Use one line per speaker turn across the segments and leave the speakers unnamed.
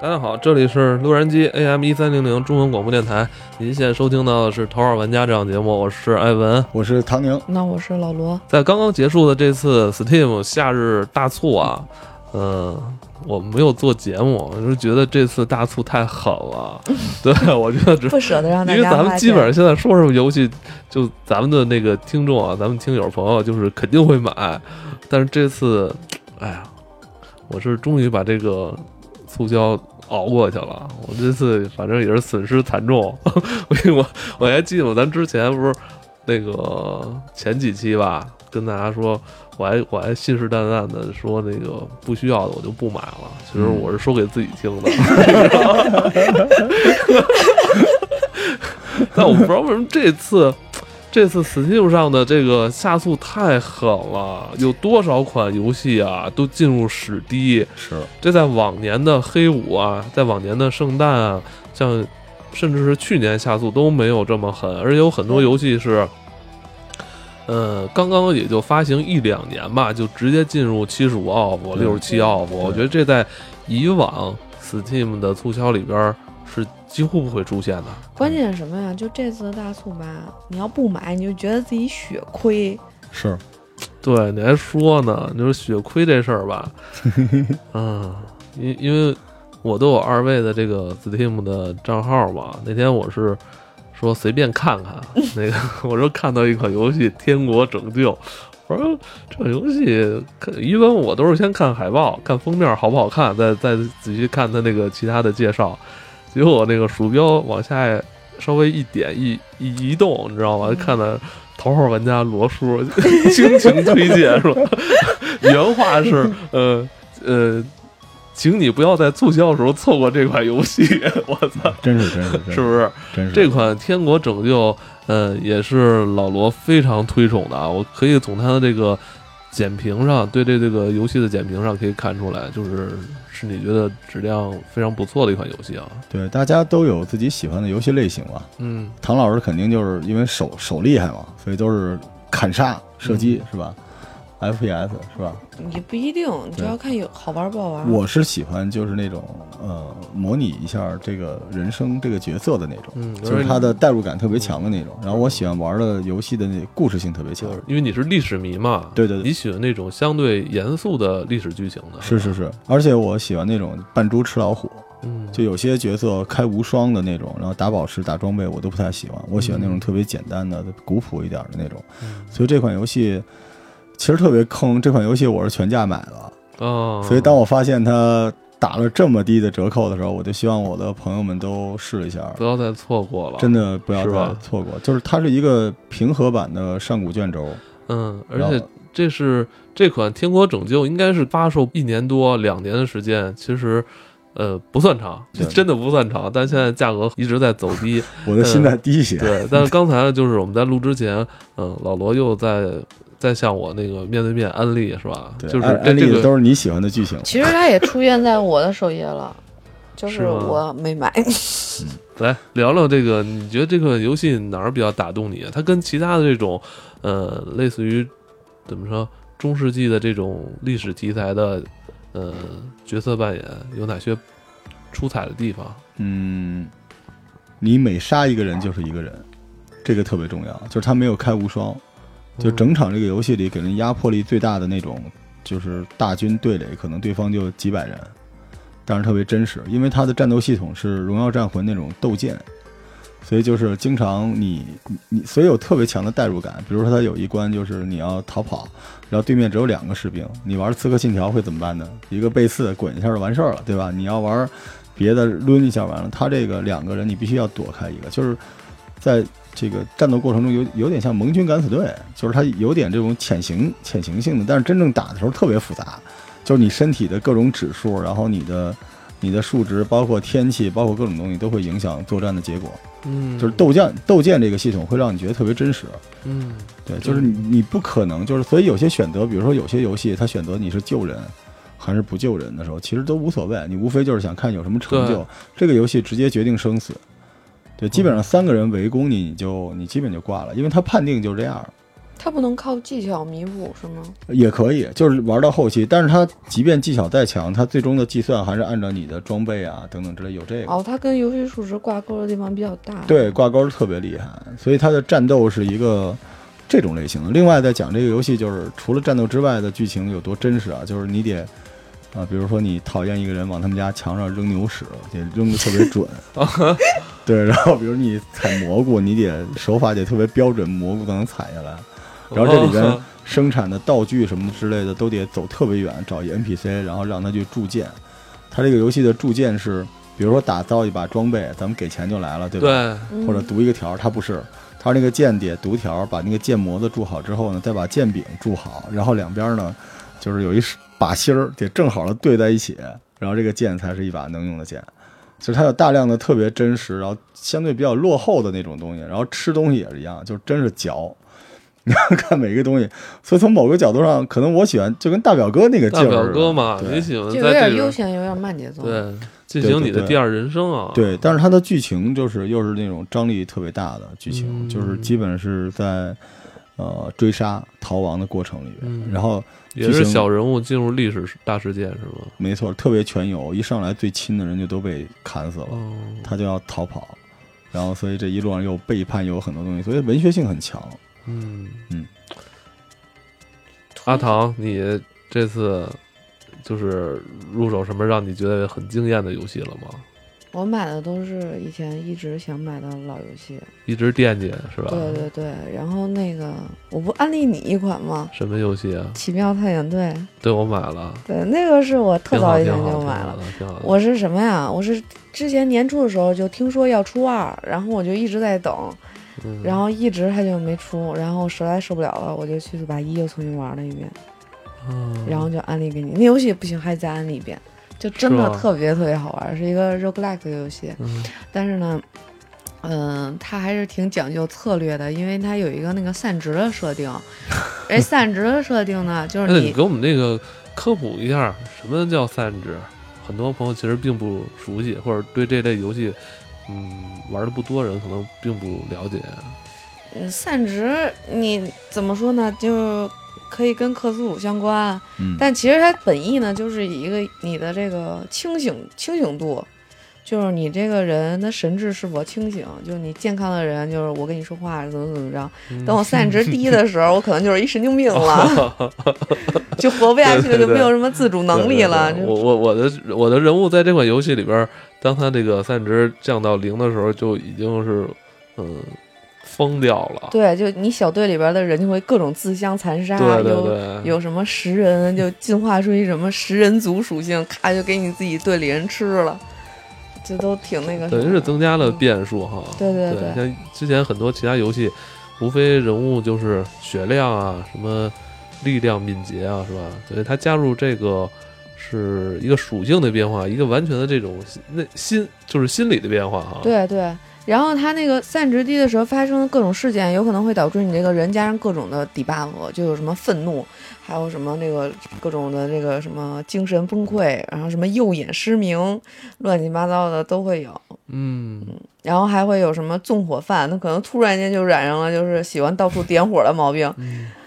大家好，这里是洛杉矶 AM 一三零零中文广播电台，您现在收听到的是《头号玩家》这档节目，我是艾文。
我是唐宁，
那我是老罗，
在刚刚结束的这次 Steam 夏日大促啊，嗯、我没有做节目，我是觉得这次大促太狠了， 对我觉得只
不舍得让 大
因为
家
咱
花
们
钱
基本上现在说什么游戏，就咱们的那个听众啊，咱们听友朋友就是肯定会买，但是这次，哎呀，我是终于把这个促销熬过去了。我这次反正也是损失惨重， 我我我还记得咱之前不是那个前几期吧，跟大家说。我还我还信誓旦旦的说那个不需要的我就不买了，其实我是说给自己听的， 但我不知道为什么这次，这次 Steam 上的这个下促太狠了，有多少款游戏啊都进入史低。
是
这在往年的黑五啊，在往年的圣诞啊，像甚至是去年下促都没有这么狠，而且有很多游戏是。呃，刚刚也就发行一两年吧，就直接进入七十五 off、
对
六十七 off，我觉得这在以往 Steam 的促销里边儿是几乎不会出现的。
关键是什么呀？就这次的大促吧，你要不买，你就觉得自己血亏。
是，
对，你还说呢？你说血亏这事儿吧，啊，因因为我都有二位的这个 Steam 的账号嘛。那天我是说随便看看，那个我说看到一款游戏《天国拯救》，我说这游戏看一般我都是先看海报，看封面好不好看，再再仔细看它那个其他的介绍。结果我那个鼠标往下稍微一点一一移动，你知道吗？
嗯
看到头号玩家罗叔 倾情推荐是吧？ 原话是呃呃，请你不要在促销的时候错过这款游戏。 我操，
真是真是真
是不是？
真是
这款《天国拯救》呃也是老罗非常推崇的啊。我可以从他的这个简评上，对这这个游戏的简评上可以看出来，就是是你觉得质量非常不错的一款游戏啊。
对大家都有自己喜欢的游戏类型嘛。
嗯，
唐老师肯定就是因为手手厉害嘛，所以都是砍杀射击、
嗯
是吧？FPS 是吧？
也不一定，你就
对
要看有好玩不好玩。
我是喜欢就是那种呃，模拟一下这个人生这个角色的那种，
嗯
就是它的代入感特别强的那种。然后我喜欢玩的游戏的那故事性特别强
就，是因为你是历史迷嘛，
对对对
你喜欢呃那种相对严肃的历史剧情的，
是是是，而且我喜欢那种扮猪吃老虎，
嗯，
就有些角色开无双的那种，然后打宝石、打装备我都不太喜欢，我喜欢那种特别简单的、古朴一点的那种。
嗯
所以这款游戏其实特别坑，这款游戏我是全价买了，
啊，
所以当我发现它打了这么低的折扣的时候，我就希望我的朋友们都试一下
不。要再错过了，
真的不要
是
再
吧
错过，就是它是一个平和版的上古卷轴，
嗯，而
然后
且这是这款《天国拯救》应该是发售一年多两年的时间，其实。呃，不算长，
对
真的不算长，但现在价格一直在走 低。
我的心在滴血。
对，但是刚才就是我们在录之前，嗯、老罗又在在向我那个面对面安利是吧？
对，
就是
安
这
安利
这
的
个
都是你喜欢的剧情，
其实它也出现在我的首页了，就是是
吗
我没买。
来聊聊这个，你觉得这款游戏哪儿比较打动你？它跟其他的这种，呃，类似于怎么说中世纪的这种历史题材的，呃，角色扮演有哪些出彩的地方？
嗯，你每杀一个人就是一个人，这个特别重要。就是他没有开无双，就整场这个游戏里给人压迫力最大的那种，就是大军对垒，可能对方就几百人，但是特别真实，因为它的战斗系统是《荣耀战魂》那种斗剑，所以就是经常你你你，所以有特别强的代入感。比如说它有一关就是你要逃跑，然后对面只有两个士兵，你玩《刺客信条》会怎么办呢？一个背刺滚一下就完事儿了，对吧？你要玩别的抡一下完了，他这个两个人你必须要躲开一个，就是在这个战斗过程中有有点像盟军敢死队，就是它有点这种潜行潜行性的，但是真正打的时候特别复杂，就是你身体的各种指数，然后你的你的数值，包括天气，包括各种东西都会影响作战的结果。
嗯，
就是斗剑斗剑这个系统会让你觉得特别真实，
嗯，
对，就是你你不可能就是，所以有些选择，比如说有些游戏它选择你是救人还是不救人的时候，其实都无所谓，你无非就是想看有什么成就
对。
这个游戏直接决定生死，对，基本上三个人围攻你，你就你基本就挂了，因为他判定就这样。
他不能靠技巧弥补是吗？
也可以，就是玩到后期，但是它即便技巧再强，它最终的计算还是按照你的装备啊等等之类有这个。
哦，它跟游戏数值挂钩的地方比较大。，
对，挂钩特别厉害，所以它的战斗是一个这种类型的。另外，在讲这个游戏，就是除了战斗之外的剧情有多真实啊，就是你得啊，比如说你讨厌一个人，往他们家墙上扔牛屎，得扔的特别准。对，然后比如你采蘑菇，你得手法得特别标准，蘑菇才能采下来。然后这里边
哦
生产的道具什么之类的都得走特别远，找一 NPC，然后让他去铸剑。他这个游戏的铸剑是，比如说打造一把装备，咱们给钱就来了，对吧？
对，
嗯、
或者读一个条儿，它不是，它那个剑得读条儿，把那个剑模子铸好之后呢，再把剑柄铸好，然后两边儿呢就是有一把芯儿得正好的对在一起，然后这个剑才是一把能用的剑。就是它有大量的特别真实，然后相对比较落后的那种东西，然后吃东西也是一样，就是真是嚼。 你要看每个东西，所以从某个角度上，可能我喜欢就跟大表哥那个劲
大
儿似
表
的，
哥嘛，
对
你喜欢
就有
在
点
这
悠
个
闲，有点慢节奏。，
对进
对
行
对
你的
对
第二人生啊，
对，但是它的剧情就是又是那种张力特别大的剧情，
嗯
就是基本是在呃追杀逃亡的过程里边，
嗯
然后
也
剧
是
情
小人物进入历史大事件是吗？
没错，特别全游，一上来最亲的人就都被砍死了，
哦，
他就要逃跑，然后所以这一路上又背叛，又有很多东西，所以文学性很强。
嗯
嗯。
阿唐，你这次就是入手什么让你觉得很惊艳的游戏了吗？
我买的都是以前一直想买的老游戏。
一直惦记是吧？
对对对，然后那个我不安利你一款吗？
什么游戏啊？
奇妙探险队，
对我买了，
对，那个是我特
挺
早
好，
以
挺
前
好，
就
挺
买
好
了。
的，挺好的。
我是什么呀？我是之前年初的时候就听说要出二，然后我就一直在等，
嗯
然后一直它就没出，然后实在受不了了，我就去把一又重新玩了一遍，
嗯
然后就安利给你。那游戏也不行，还得再安利一遍，就真
是
的
吧
特别特别好玩，是一个 roguelike 的游戏。
嗯
但是呢，嗯，它还是挺讲究策略的，因为它有一个那个散值的 设定。哎，散值的设定呢，就
那
是
你
你
给我们那个科普一下，什么叫散值？很多朋友其实并不熟悉，或者对这类游戏，嗯，玩的不多人可能并不了解。
嗯散值，你怎么说呢？就可以跟克苏鲁相关，
嗯，
但其实它本意呢，就是以一个你的这个清醒清醒度。就是你这个人的神智是否清醒，就是你健康的人，就是我跟你说话怎么怎么着。
嗯
等我散值低的时候，我可能就是一神经病 了，就活不下去了，
对对
就
对
没有什么自主能力了。
对
就
对对我我我的我的人物在这款游戏里边儿，当他这个散值降到零的时候，就已经是嗯疯掉了。
对，就你小队里边的人就会各种自相残杀，
对对
啊有
对，
有什么食人就进化出一什么食人族属性，咔就给你自己队里人吃了，这都挺那个什么的。
等于是增加了变数哈。
嗯对对
对
对
像之前很多其他游戏，无非人物就是血量啊，什么力量、敏捷啊，是吧？所以它加入这个是一个属性的变化，一个完全的这种那心就是心理的变化哈。
对嗯对。然后它那个散值低的时候发生的各种事件，有可能会导致你这个人加上各种的 debuff，就有什么愤怒，还有什么那个各种的这个什么精神崩溃，然后什么右眼失明，乱七八糟的都会有。
嗯，
然后还会有什么纵火犯，那可能突然间就染上了就是喜欢到处点火的毛病。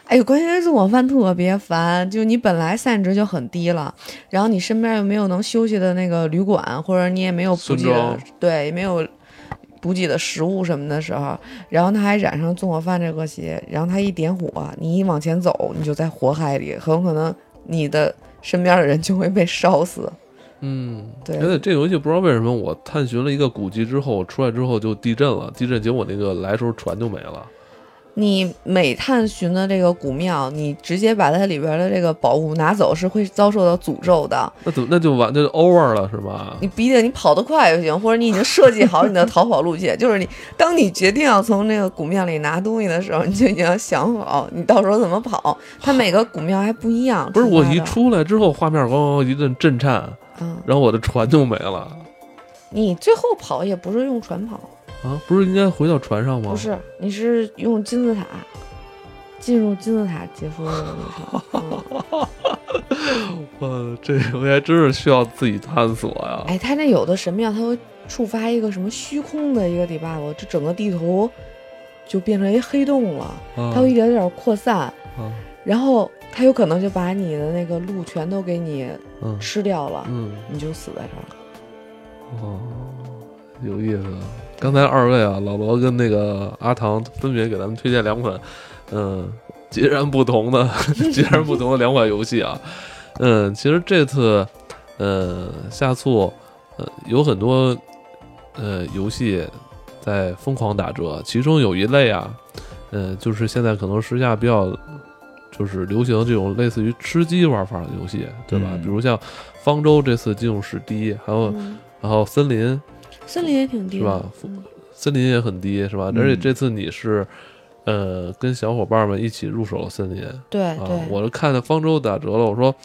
哎呦，关键是纵火犯特别烦，就你本来散值就很低了，然后你身边又没有能休息的那个旅馆，或者你也没有补
村
给的
庄，
对，也没有补给的食物什么的时候，然后他还染上纵火犯这个邪，然后他一点火，你一往前走，你就在火海里，很有可能你的身边的人就会被烧死。
嗯，
对
而且这个游戏不知道为什么，我探寻了一个古迹之后，出来之后就地震了，地震结果那个来的时候船就没了。
你每探寻的这个古庙，你直接把它里边的这个宝物拿走，是会遭受到诅咒的。
那怎么那就完那就 over 了是吧？
你必定你跑得快就行，或者你已经设计好你的逃跑路线。 就是你，当你决定要从那个古庙里拿东西的时候，你就已经要想好你到时候怎么跑。它每个古庙还不一样。
不是我
出发
一
的，
出来之后，画面咣咣咣一阵震颤，
嗯，
然后我的船就没了
你最后跑也不是用船跑，
啊！不是应该回到船上吗？
不，是，你是用金字塔。进入金字塔结束这 个旅程，嗯
我这我还真是需要自己探索呀。
哎，它那有的神庙它会触发一个什么虚空的一个 debuff，这整个地图就变成一黑洞了，
啊
哎它会一点点扩散，
啊
然后它有可能就把你的那个路全都给你
嗯
吃掉了，
嗯
你就死在这儿了。
哦，有意思。刚才二位啊，老罗跟那个阿唐分别给咱们推荐两款，嗯，截然不同的、 截然不同的两款游戏啊。嗯，其实这次，呃，下促，呃，有很多，呃，游戏在疯狂打折，其中有一类啊，呃，就是现在可能时下比较，就是流行这种类似于吃鸡玩法的游戏，对吧？
嗯
比如像方舟这次进入史第一，还有
嗯，
然后森林
森林也挺低
是吧
的，嗯
森林也很低是吧？
嗯
而且这次你是呃跟小伙伴们一起入手了森林啊，
对哎对，
我是看到方舟打折了，我说。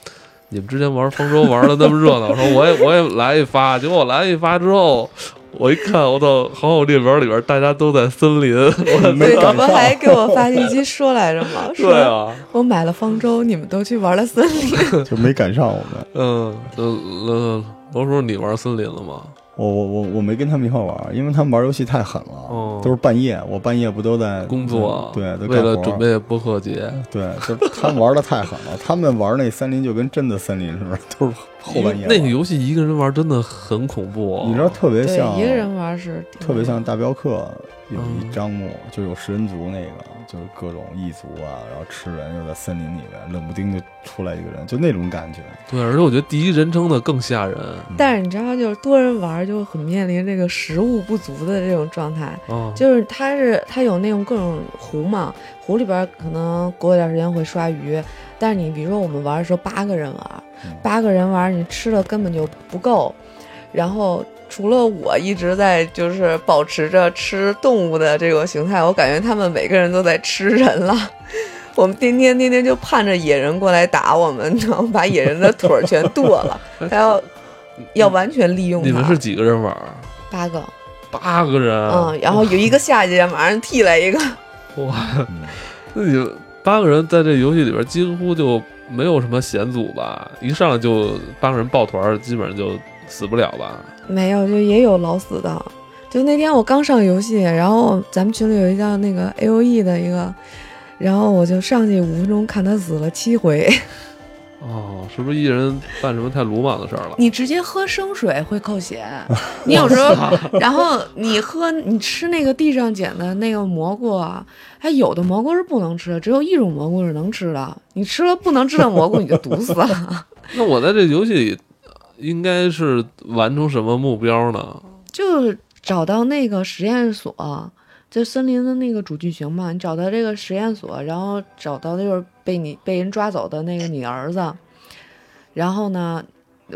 你们之前玩方舟玩的那么热闹，我说我也我也来一发，结果我来一发之后，我一看，我操，好友列表里边大家都在森林，我
没
对，
赶
你
上
们还给我发信息说来着嘛，说
对啊，
我买了方舟，你们都去玩了森 林。
就没赶上我们。
嗯，呃呃，罗叔你玩森林了吗？
我我我我没跟他们一块玩，因为他们玩游戏太狠了，
哦
都是半夜，我半夜不都在
工作啊
嗯对，都
为
干
了
活
准备播客节，
对，就他们玩的太狠了，他们玩那森林就跟真的森林似的， 都是后半夜玩。
那个游戏一个人玩真的很恐怖、哦，
你知道特别
对
像，
一个人玩
啊
是挺
特别像大镖客有一
嗯
章目，就有食人族那个，就是各种异族啊，然后吃人又在森林里面，冷不丁就出来一个人，就那种感 觉。
对，而且我觉得第一人称的更吓人
嗯
但是你知道，就是多人玩就很面临这个食物不足的这种状态。
啊，
就是它是它有那种各种湖嘛，湖里边儿可能过一段时间会刷鱼，但是你比如说我们玩的时候八个人玩
嗯，
八个人玩你吃的根本就不够，然后除了我一直在就是保持着吃动物的这种形态，我感觉他们每个人都在吃人了。 我们天天天天就盼着野人过来打我们，然后把野人的腿儿全 剁了，还要要完全利用它。
你们是啊几个人玩儿？
八个，
八个人，
嗯，然后有一个下去，马上替来一个。
哇，
嗯
那你们八个人在这游戏里边几乎就没有什么险阻吧？一上来就八个人抱团儿，基本上就死不了吧？
没有，就也有老死的。就那天我刚上游戏，然后咱们群里有一叫那个 A O E 的一个，然后我就上去五分钟看他死了七回。
哦，是不是一人办什么太鲁莽的事儿了？
你直接喝生水会扣 血，你有时候，然后你喝你吃那个地上捡的那个蘑菇啊，还有的蘑菇是不能吃的，只有一种蘑菇是能吃的。你吃了不能吃的蘑菇，你就毒死了。
那我在这游戏里应该是完成什么目标呢？
就是找到那个实验所，就森林的那个主剧情嘛，你找到这个实验所，然后找到就是被你被人抓走的那个你儿子，然后呢，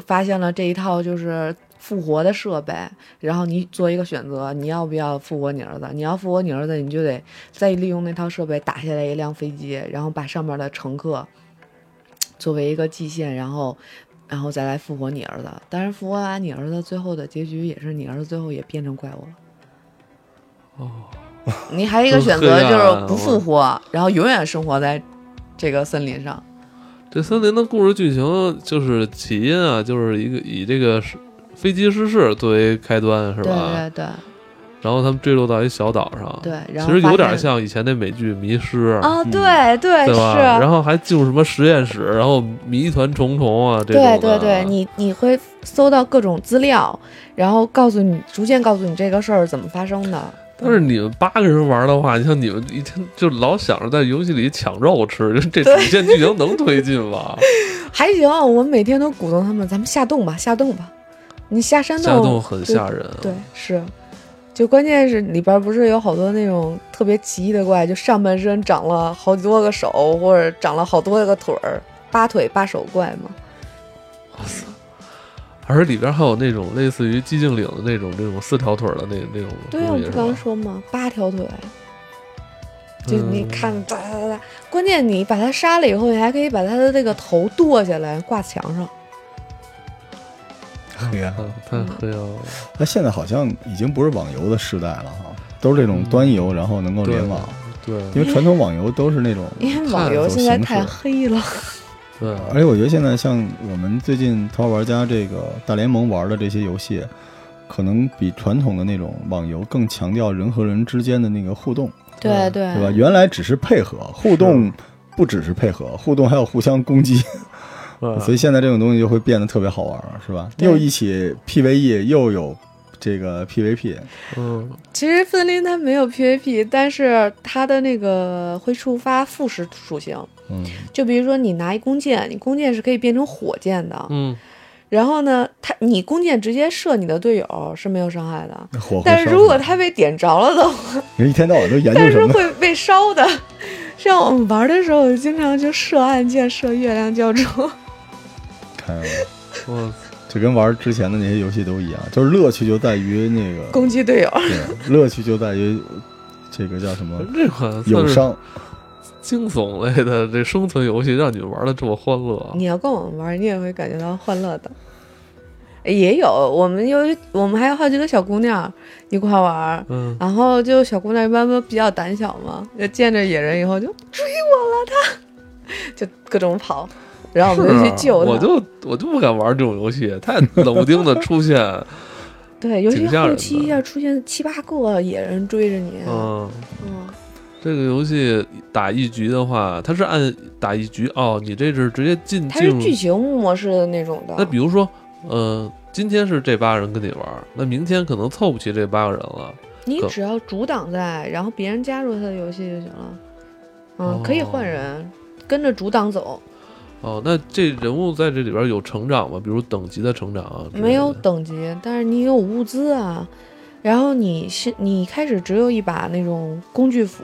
发现了这一套就是复活的设备，然后你做一个选择，你要不要复活你儿子？你要复活你儿子，你就得再利用那套设备打下来一辆飞机，然后把上面的乘客作为一个祭献，然后。然后再来复活你儿子，但是复活完你儿子，最后的结局也是你儿子最后也变成怪物了。
哦，
你还有一个选择
很黑
就
暗啊
是不复活，然后永远生活在这个森林上。
这森林的故事剧情就是起因啊，就是一个以这个是飞机失事作为开端，是
对
吧？
对对
然后他们坠落到一小岛上，
对，然
其
后
实有
发
点
现
像以前那美剧《迷失》
啊，对对
嗯对吧？然
是，
后还进入什么实验室，然后谜团重重啊，这种
对
的
对对，你你会搜到各种资料，然后告诉你逐渐告诉你这个事儿怎么发生的。嗯
但是你们八个人玩的话，你像你们一天就老想着在游戏里抢肉吃，这主线剧情能推进 吗？
还行，我每天都鼓动他们，咱们下洞吧，下洞吧。你下山
下洞很吓人，啊
对，是，就关键是里边儿不是有好多那种特别奇异的怪，就上半身长了好多个手，或者长了好多个腿儿，八腿八手怪嘛。
而且里边还有那种类似于寂静岭的那种这种四条腿的那那种
对呀、我
东西
不
是
刚
吧？
说吗？八条腿，就你
嗯
看哒哒哒哒，关键你把它杀了以后，你还可以把它的这个头剁下来挂墙上。
黑暗。
啊，太黑暗了。
那现在好像已经不是网游的时代了哈，都是这种端游，然后能够联网，
嗯对
因为传统网游都是那种。
因为
看
网
嗯
游
有
现在
形
太
式
黑了，
对，
呃而且我觉得现在像我们最近《头号玩家》这个大联盟玩的这些游戏，可能比传统的那种网游更强调人和人之间的那个互动。
对对
对吧？原来只是配合，互动不只是配合，互动还有互相攻击，
嗯
所以现在这种东西就会变得特别好玩儿，是吧？
对
又一起 PVE，又有这个 PVP，
嗯
其实森林它没有 PVP，但是它的那个会触发副食属性。
嗯，
就比如说你拿一弓箭，你弓箭是可以变成火箭的，
嗯，
然后呢，它你弓箭直接射你的队友是没有伤害的。
那火会
但是
烧
如果
起来
它被点着了的话，
人一天到晚都研究
哎
但
什
是
么呢？
会被烧的。 像我们玩的时候，我经常就射暗箭、射月亮教主。
看见了
我
吗这跟玩之前的那些游戏都一样，就是乐趣就在于那个
攻击队友。
对，乐趣就在于这个叫什么
这款
友
算是
商。
惊悚类的这生存游戏，让你玩的这么欢乐啊，
你要跟我们玩，你也会感觉到欢乐的。也有，我们有我们还有好几个小姑娘一块玩，
嗯，
然后就小姑娘一般都比较胆小嘛，就见着野人以后就追我了，她 就各种跑，然后我
是
们就
啊
去救她。
我就我就不敢玩这种游戏，太冷不丁的出 现，
对，尤其
挺吓人
后
的
期要出现七八个野人追着你，
嗯。
嗯，
这个游戏打一局的话，它是按打一局哦，你这是直接进
它是
进
剧情模式的那种的。
那比如说，呃，今天是这八个人跟你玩儿，那明天可能凑不齐这八个人了。
你
可
只要阻挡在，然后别人加入他的游戏就行了。嗯，可以换人，跟着阻挡走，
哦，那这人物在这里边有成长吗？比如等级的成长啊？之类的
没有。等级，但是你有物资啊。然后你是你一开始只有一把那种工具斧，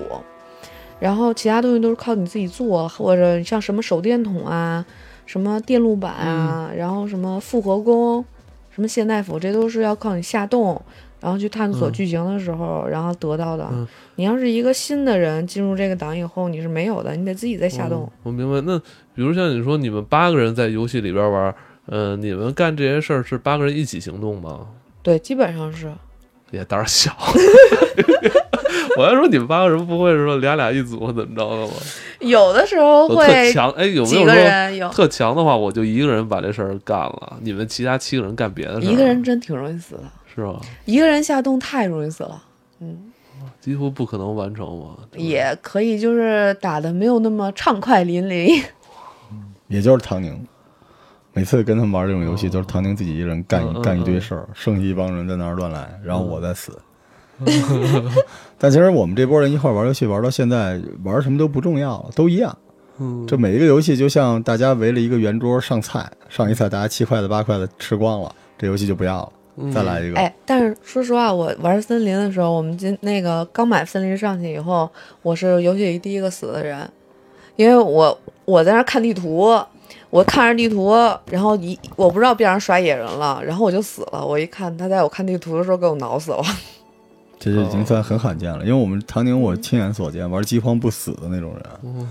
然后其他东西都是靠你自己做，或者像什么手电筒啊、什么电路板啊，
嗯
然后什么复合弓、什么现代斧，这都是要靠你下洞，然后去探索
嗯
剧情的时候，然后得到的。
嗯
你要是一个新的人进入这个档以后，你是没有的，你得自己再下洞。
嗯我明白。那比如像你说，你们八个人在游戏里边玩儿，呃，你们干这些事儿是八个人一起行动吗？
对，基本上是。
也胆儿小。 我还说你们八个人不会说俩俩一组或怎么着的吗？
有的时候
我特
会
强，哎，有没
几
有
个
说
人有
特强的话，我就一个人把这事儿干了，你们其他七个人干别的事儿。
一个人真挺容易死的，
是吧？
一个人下洞太容易死了。嗯，
几乎不可能完成嘛。这个
也可以，就是打的没有那么畅快淋漓。
也就是唐宁。每次跟他们玩这种游戏，都是唐宁自己一个人干、
哦嗯嗯
干一堆事儿，剩下一帮人在那儿乱来，然后我 在死。但其实我们这波人一块儿玩游戏，玩到现在，玩什么都不重要了，都一样。
嗯，
这每一个游戏就像大家围了一个圆桌上菜，上一菜大家七筷子八筷子吃光了，这游戏就不要了，
嗯
再来一个。
哎，但是说实话，我玩森林的时候，我们今那个刚买森林上去以后，我是游戏里第一个死的人，因为我我在那儿看地图，我看着地图，然后一我不知道边上耍野人了，然后我就死了。我一看他在我看地图的时候给我挠死了，
这就已
哦
经算很罕见了，因为我们唐宁我
嗯
亲眼所见，玩饥荒不死的那种人。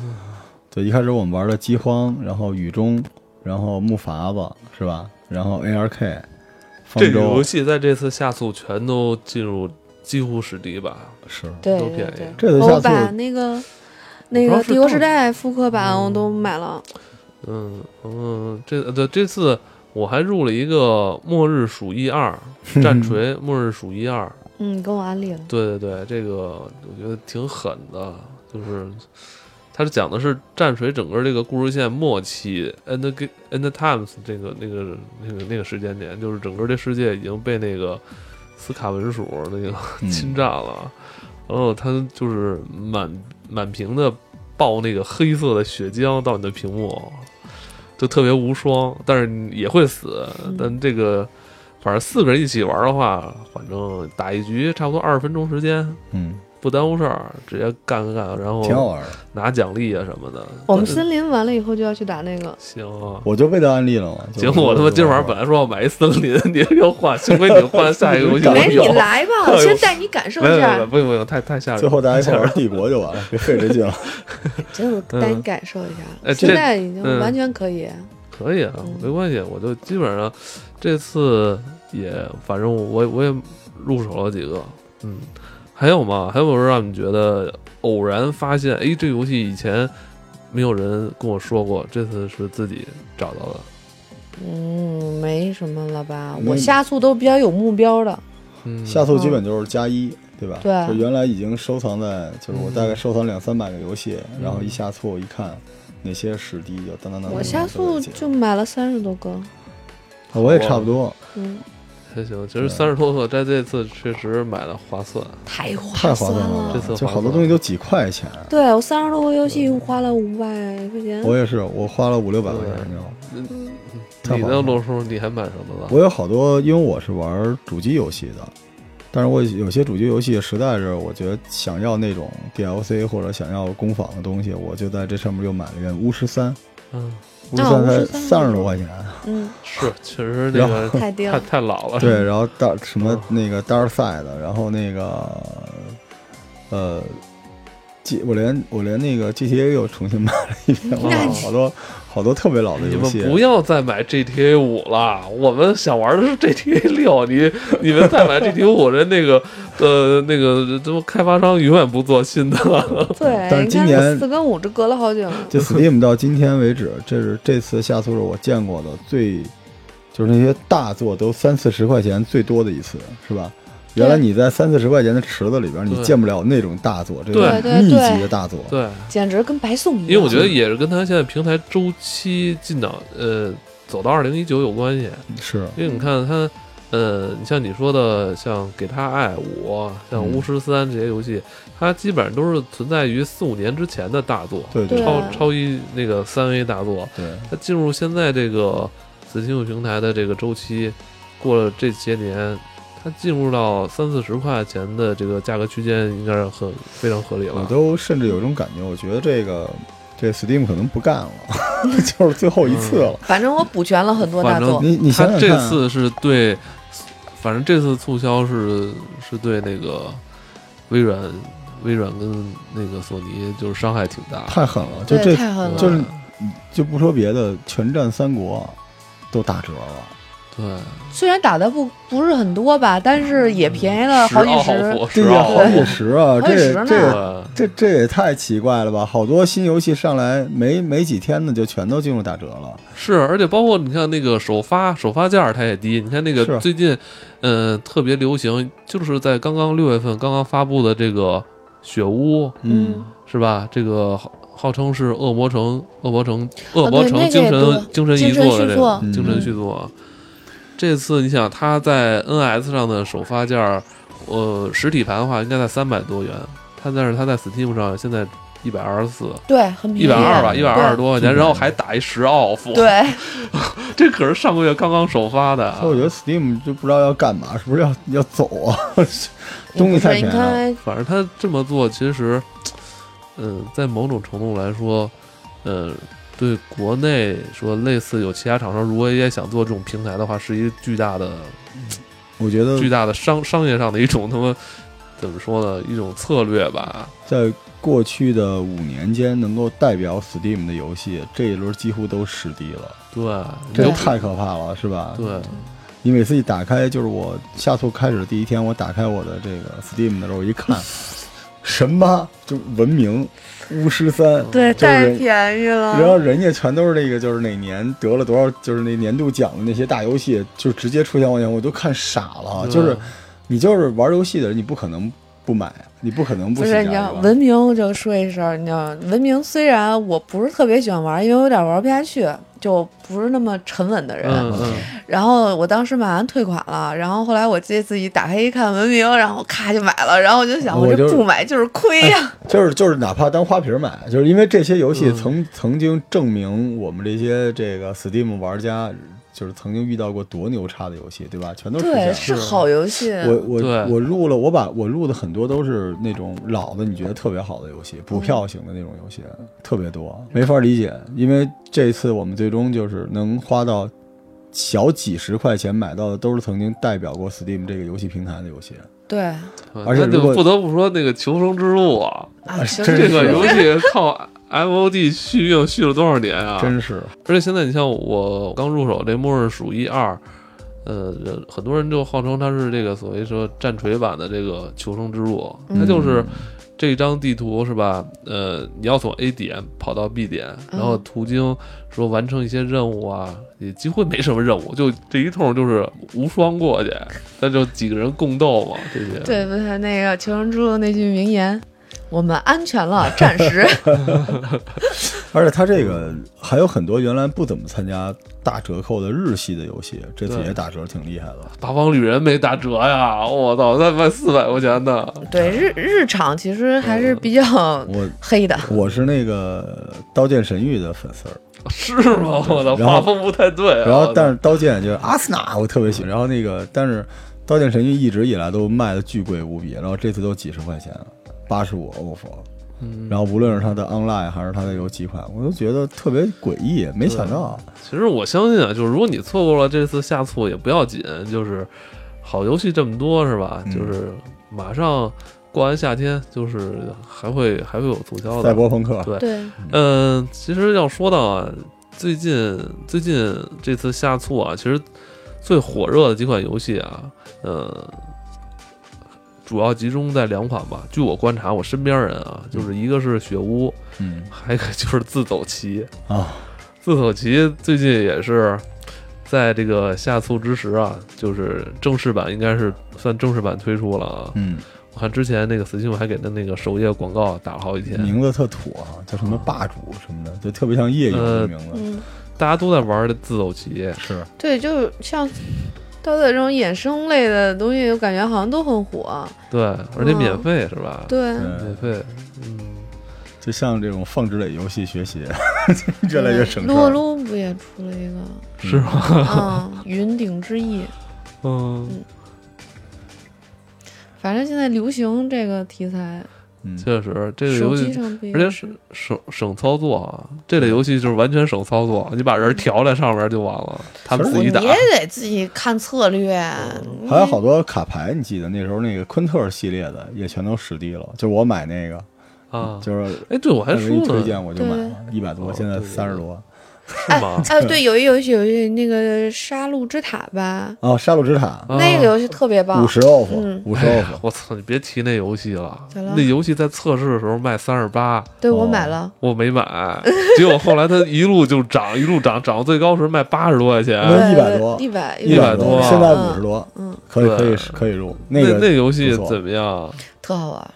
对，一开始我们玩了饥荒，然后雨中，然后木筏子是吧？然后 ARK，方
这个
舟
游戏在这次下促全都进入几乎史迪吧。
是。
对
都
对
便宜
对，
这次下
我把
次
那个那
我不知道
个《
是
帝国时
到底
代》复刻版我都买了，
嗯嗯，这呃对这次我还入了一个《末日鼠疫二》战锤，《末日鼠疫二》。
嗯，你给我安利了，
对对对，这个我觉得挺狠的，就是它是讲的是战锤整个这个故事线末期，end the ga- end times 这个那个那个那个时间点，就是整个这世界已经被那个斯卡文鼠那个
嗯
侵占了，然后它就是满满屏的爆那个黑色的血浆到你的屏幕，就特别无双，但是也会死
嗯，
但这个。反正四个人一起玩的话，反正打一局差不多二十分钟时间，
嗯，
不耽误事儿，直接干干干，然
挺好
后
玩的。
拿奖励啊什么的。
我们
对
森林完了以后就要去打那个，
行啊。
我就被他安利了嘛。就
结果我他妈今晚上本来说要买一森林，你又换，幸亏你换下一个游戏，
搞
我
没
没
你
有。
来吧，
哎呦
我先带你感受
没有
一
没有没有
下，
不用不用，太太吓人。
最后大家一块
太吓
玩
人
帝国就完了，别费这劲了。
真的带你感受一下。
哎，
现
这
在已经
嗯
完全可以，
可以啊
嗯，
没关系，我就基本上这次也反正我我也入手了几个，嗯，还有吗？还有没有让你觉得偶然发现，哎，这游戏以前没有人跟我说过，这次是自己找到的，
嗯，没什么了吧？
没
我下速都是比较有目标的，
嗯，
下速基本就是加一，对吧？
对嗯
就原来已经收藏在，就是我大概收藏两三百个游戏，
嗯
然后一下错一看哪些史低，就当当当当。
我下
速
速就买了三十多个，
我也差不多，
嗯，
还行。其实三十多个在这次确实买的划算，
太
太
划
划算
了这次划
就
算
好多东西就几块钱。
对我三十多个游戏花了五百块钱，
我也是，我花了五六百块钱，
对
你知道吗？
嗯
太
你
划
呢，
算
罗叔，你还买什么了？
我有好多，因为我是玩主机游戏的，但是我有些主机游戏实在是，我觉得想要那种 DLC 或者想要工坊的东西，我就在这上面又买了一个巫师三，
嗯，
巫师三才
巫师三
三十多块钱，
嗯，
是，确实那个
太低
太
了，
太老 了。
对，然后大什么
哦
那个 Dark Side，然后那个呃。G，我连我连那个 GTA 又重新买了一遍， 我买了好多好多特别老的
你
游
们
戏。
不要再买 GTA 五了，我们想玩的是 GTA 六。你你们再买 GTA 五，人那个呃那个这不开发商永远不做新的了。
但是
对，你
今
看
年
四跟五这隔了好久了，
就 Steam 到今天为止，这是这次下促是我见过的最，就是那些大作都三四十块钱最多的一次，是吧？
对
原来你在三四十块钱的池子里边，你
对
见不了那种大作，这
对
种
对
密
对
集的大作。
对，
简直跟白送一样。
因为我觉得也是跟他现在平台周期进到呃走到二零一九有关系。
是，
因为你看他，呃，你像你说的，像给他爱我，像
嗯
巫师三这些游戏，它基本上都是存在于四五年之前的大作，
对
对
超超一那个三 A 大作。
对，
它进入现在这个 Steam 平台的这个周期，过了这些年，它进入到三四十块钱的这个价格区间，应该是很非常合理
我
了。
啊都甚至有一种感觉，我觉得这个这 Steam 可能不干了， 就是最后一次了。
反正我补全了很多大
反
作
正，
你你
它
想
嗯
想
这
看啊，
次是对，反正这次促销是是对那个微软、微软跟那个索尼就是伤害挺大。
太狠了，就
对，
这
太狠了，
就是就不说别的，全战三国都打折了。
对，
虽然打的不不是很多吧，但是也便宜了好几
嗯十
十
奥。
对
十
呀，
奥
好几
好
十啊，
好几
这
十呢
这
对
个这这也太奇怪了吧！好多新游戏上来没没几天呢，就全都进入打折了。
是，而且包括你看那个首发首发价儿它也低，你看那
是
个最近，嗯、特别流行，就是在刚刚六月份刚刚发布的这个《雪屋》
嗯，
是吧？这个号号称是恶魔城恶魔城恶
啊对
魔城
那个
精
也
神、
多
精神遗
精神
作的
续
这
作
个精神
嗯
续作啊，这次你想它在 NS 上的首发价儿，呃，实体盘的话应该在三百多元，它但是它在 Steam 上现在一百二十四。
对，很便宜，
一百二吧，一百二十多块钱，
对
然后还打一十 off，
对，
这可是上个月刚刚首发的啊
所以我觉得 Steam 就不知道要干嘛，是不是要要走啊？ 东西太便宜
你
了。
看，
反正他这么做，其实，嗯，在某种程度来说，呃，对国内说类似有其他厂商，如果也想做这种平台的话，是一个巨大的、
我觉得
巨大的商商业上的一种他妈怎么说呢，一种策略吧。
在过去的五年间，能够代表 Steam 的游戏，这一轮几乎都实地了，
对，
这
你
就
就
太可怕了，是吧？
对，
你每次一打开，就是我下促开始的第一天，我打开我的这个 Steam 的时候，我一看， 什么就文明巫师三，
对，
就是
太便宜
然后
了。
人家全都是那个，就是哪年得了多少，就是那年度奖的那些大游戏，就直接出现我眼前，我都看傻了。
对
啊就是你就是玩游戏的人，你不可能不买，你不可能
不
喜
是，
欢。
你知道
对吧
文明，我就说一声，你知道文明虽然我不是特别喜欢玩，因为我有点玩不下去，就不是那么沉稳的人。
嗯嗯，
然后我当时买完退款了，然后后来我这次一打开一看文明，然后咔就买了，然后我就想，
哦我
我
就
这
是
不买就是亏呀、
就是就是哪怕当花瓶买，就是因为这些游戏
嗯
曾、曾经证明我们这些这个 Steam 玩家，就是曾经遇到过多牛叉的游戏，对吧？全 都出现
对，
了。
是好游戏。
我我
对
我录了，我把我录的很多都是那种老的，你觉得特别好的游戏，
嗯
补票型的那种游戏，特别多，没法理解。因为这次我们最终就是能花到小几十块钱买到的，都是曾经代表过 Steam 这个游戏平台的游戏。
对
嗯
而且
那
如果
就不得不说那个《求生之路》啊，
啊，其
哎真
实
这
是
个游戏靠 MOD 续命续了多少年 啊？
真是，
而且现在你像我刚入手这《末日鼠一二》，呃，人很多人就号称它是这个所谓说战锤版的这个《求生之路》，它就是这张地图是吧？呃，你要从 A 点跑到 B 点，然后途经说完成一些任务啊，也几乎没什么任务，就这一通就是无双过去，那就几个人共斗嘛，这些。
对不对？那个求生之路那句名言，我们安全了，暂时。
而且它这个还有很多原来不怎么参加大折扣的日系的游戏，这次
对
也打折，挺厉害的。
八方旅人没打折呀！我操，那卖四百块钱呢！
对日日常其实还是比较
嗯
我
黑的，
我是那个《刀剑神域》的粉丝儿，
是吗？我操，
然后
画风不太对啊。
然
我
后
操
但是《刀剑》就是阿斯纳，我特别喜欢。然后那个但是《刀剑神域》一直以来都卖的巨贵无比，然后这次都几十块钱，八十五欧服。
嗯
然后无论是它的 online 还是它的有几款，我都觉得特别诡异，没想到。
其实我相信啊，就是如果你错过了这次下促也不要紧，就是好游戏这么多是吧？
嗯
就是马上过完夏天，就是还会还会有促销
赛
的。
博朋克，
对
对，
嗯，其实要说到啊，最近最近这次下促啊，其实最火热的几款游戏啊，呃，主要集中在两款吧。据我观察，我身边人啊，就是一个是雪屋，
嗯
还有一个就是自走棋。
啊，
自走棋最近也是在这个下促之时啊，就是正式版应该是算正式版推出了啊。
嗯，
我看之前那个 Steam 还给他那个首页广告打了好几天，嗯
名字特土啊，叫什么霸主什么的，就特别像夜游的
呃
名字。
嗯，
大家都在玩的自走棋。
是，
对，就是像刀仔这种衍生类的东西，我感觉好像都很火。
对，而且
嗯
免费、是吧？，
对，
免
对，
费。嗯，
嗯就像这种放置类游戏 学习，越来越省事
撸啊
儿。
撸不也出了一个？
是吗？
嗯，云顶之弈。
嗯，
反正现在流行这个题材，
嗯，
确实这个
手
游
机
戏，
上不也
而且省省省操作啊，这类游戏就是完全省操作，你把人调在上面就完了，他们
其实
自
你
己
也
打。嗯
得自己看策略。
还有好多卡牌，你记得那时候那个昆特系列的也全都实地了，就是我买那个，
啊。
就是
哎，对，我还
大哥一
说
推
呢，
荐我就买了，一百多，
哦
现在
对对对
三十多。
是吗？嗯
哎，对，有一游戏，有一那个杀戮之塔吧，
哦，杀戮之塔
啊
那个游戏特别棒
五。十欧服
嗯，
五十欧服，
哎我操！你别提那游戏了
咋了，
那游戏在测试的时候卖三十八，
对，我
哦
买了。
我没买， 结果后来它一路就涨，一路涨，涨到最高时候卖八十多块钱。
嗯
那
一百多
一百
一
百
百多啊
现在
嗯
五十多，
哎嗯，
可以
对
可以可以入。那
那
个
游戏
不错
怎么样？
特好玩。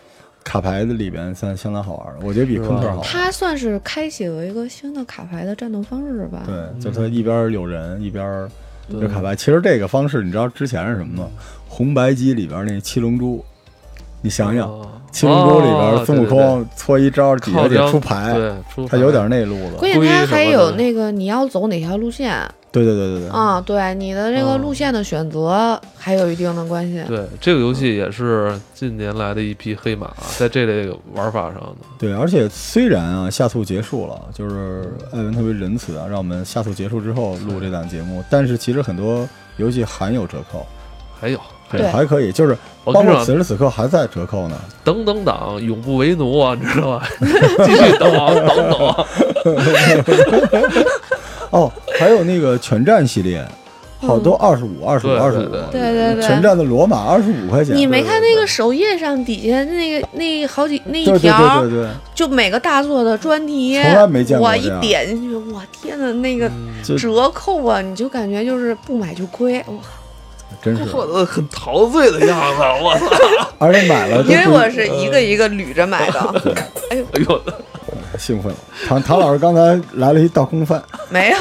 卡牌的里边相相当好玩，我觉得比昆特好玩。
它算是开启了一个新的卡牌的战斗方式吧？
对，就是它一边有人一边有
嗯对嗯
卡牌。其实这个方式你知道之前是什么吗？红白机里边那七龙珠，你想想，
哦
七龙珠里边
哦
孙悟
对
空搓一招底下
靠
得
张
出牌，
对，出牌
它有点那路子。
关键它还有那个你要走哪条路线
对对对对对，
啊？对，你的这个
嗯
路线的选择还有一定的关系。
对，这个游戏也是近年来的一匹黑马，在这类玩法上的。
对，而且虽然啊，下促结束了，就是艾文特别仁慈啊，让我们下促结束之后录这档节目，但是其实很多游戏还有折扣，
还有，
对
还可以，就是
我
包
跟你
括
说，
此时此刻还在折扣呢。
等等党永不为奴啊，你知道吧？ 继续等啊，等等 啊。
哦，还有那个全站系列，好多二十五、二十五、
对
二十
对
五，
嗯对对对
全站的罗马二十五块钱，
你没
对
看
对
那
对
个首页上底下那个那好几那
对
一
对对
条
对，对
就每个大作的专题，
从来没见过
我一
这样
点进去，我天呐，那个
嗯
对，就
折扣啊，你就感觉就是不买就亏，哇！
真 是，
我的很陶醉的样子，我操！
而且买了都不，呃
因为我是一个一个捋着买 的，
哎呦，
兴奋了。唐唐老师刚才来了一道空饭。
没有，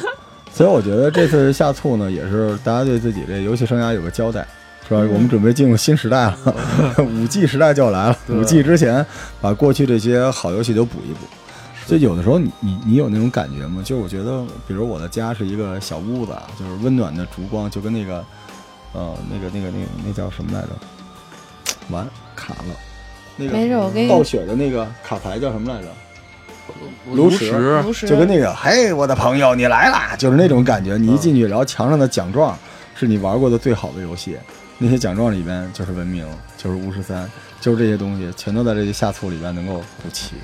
所以我觉得这次下促呢，也是大家对自己这游戏生涯有个交代，是吧？我们准备进入新时代了，五 G 时代就要来了。
对
五 G 之前，把过去这些好游戏都补一补。所以有的时候你，你你有那种感觉吗？就是我觉得，比如我的家是一个小屋子，啊，就是温暖的烛光，就跟那个，呃，那个那个那个那叫什么来着？完卡了，那
没
个
事，我给
暴
你
雪的那个卡牌叫什么来着？
炉
石
石，
如实
就跟那个“嘿，我的朋友，你来啦”，就是那种感觉。你一进去，然后墙上的奖状是你玩过的最好的游戏，那些奖状里边就是文明，就是巫师三，就是这些东西，全都在这些下促里边能够补齐。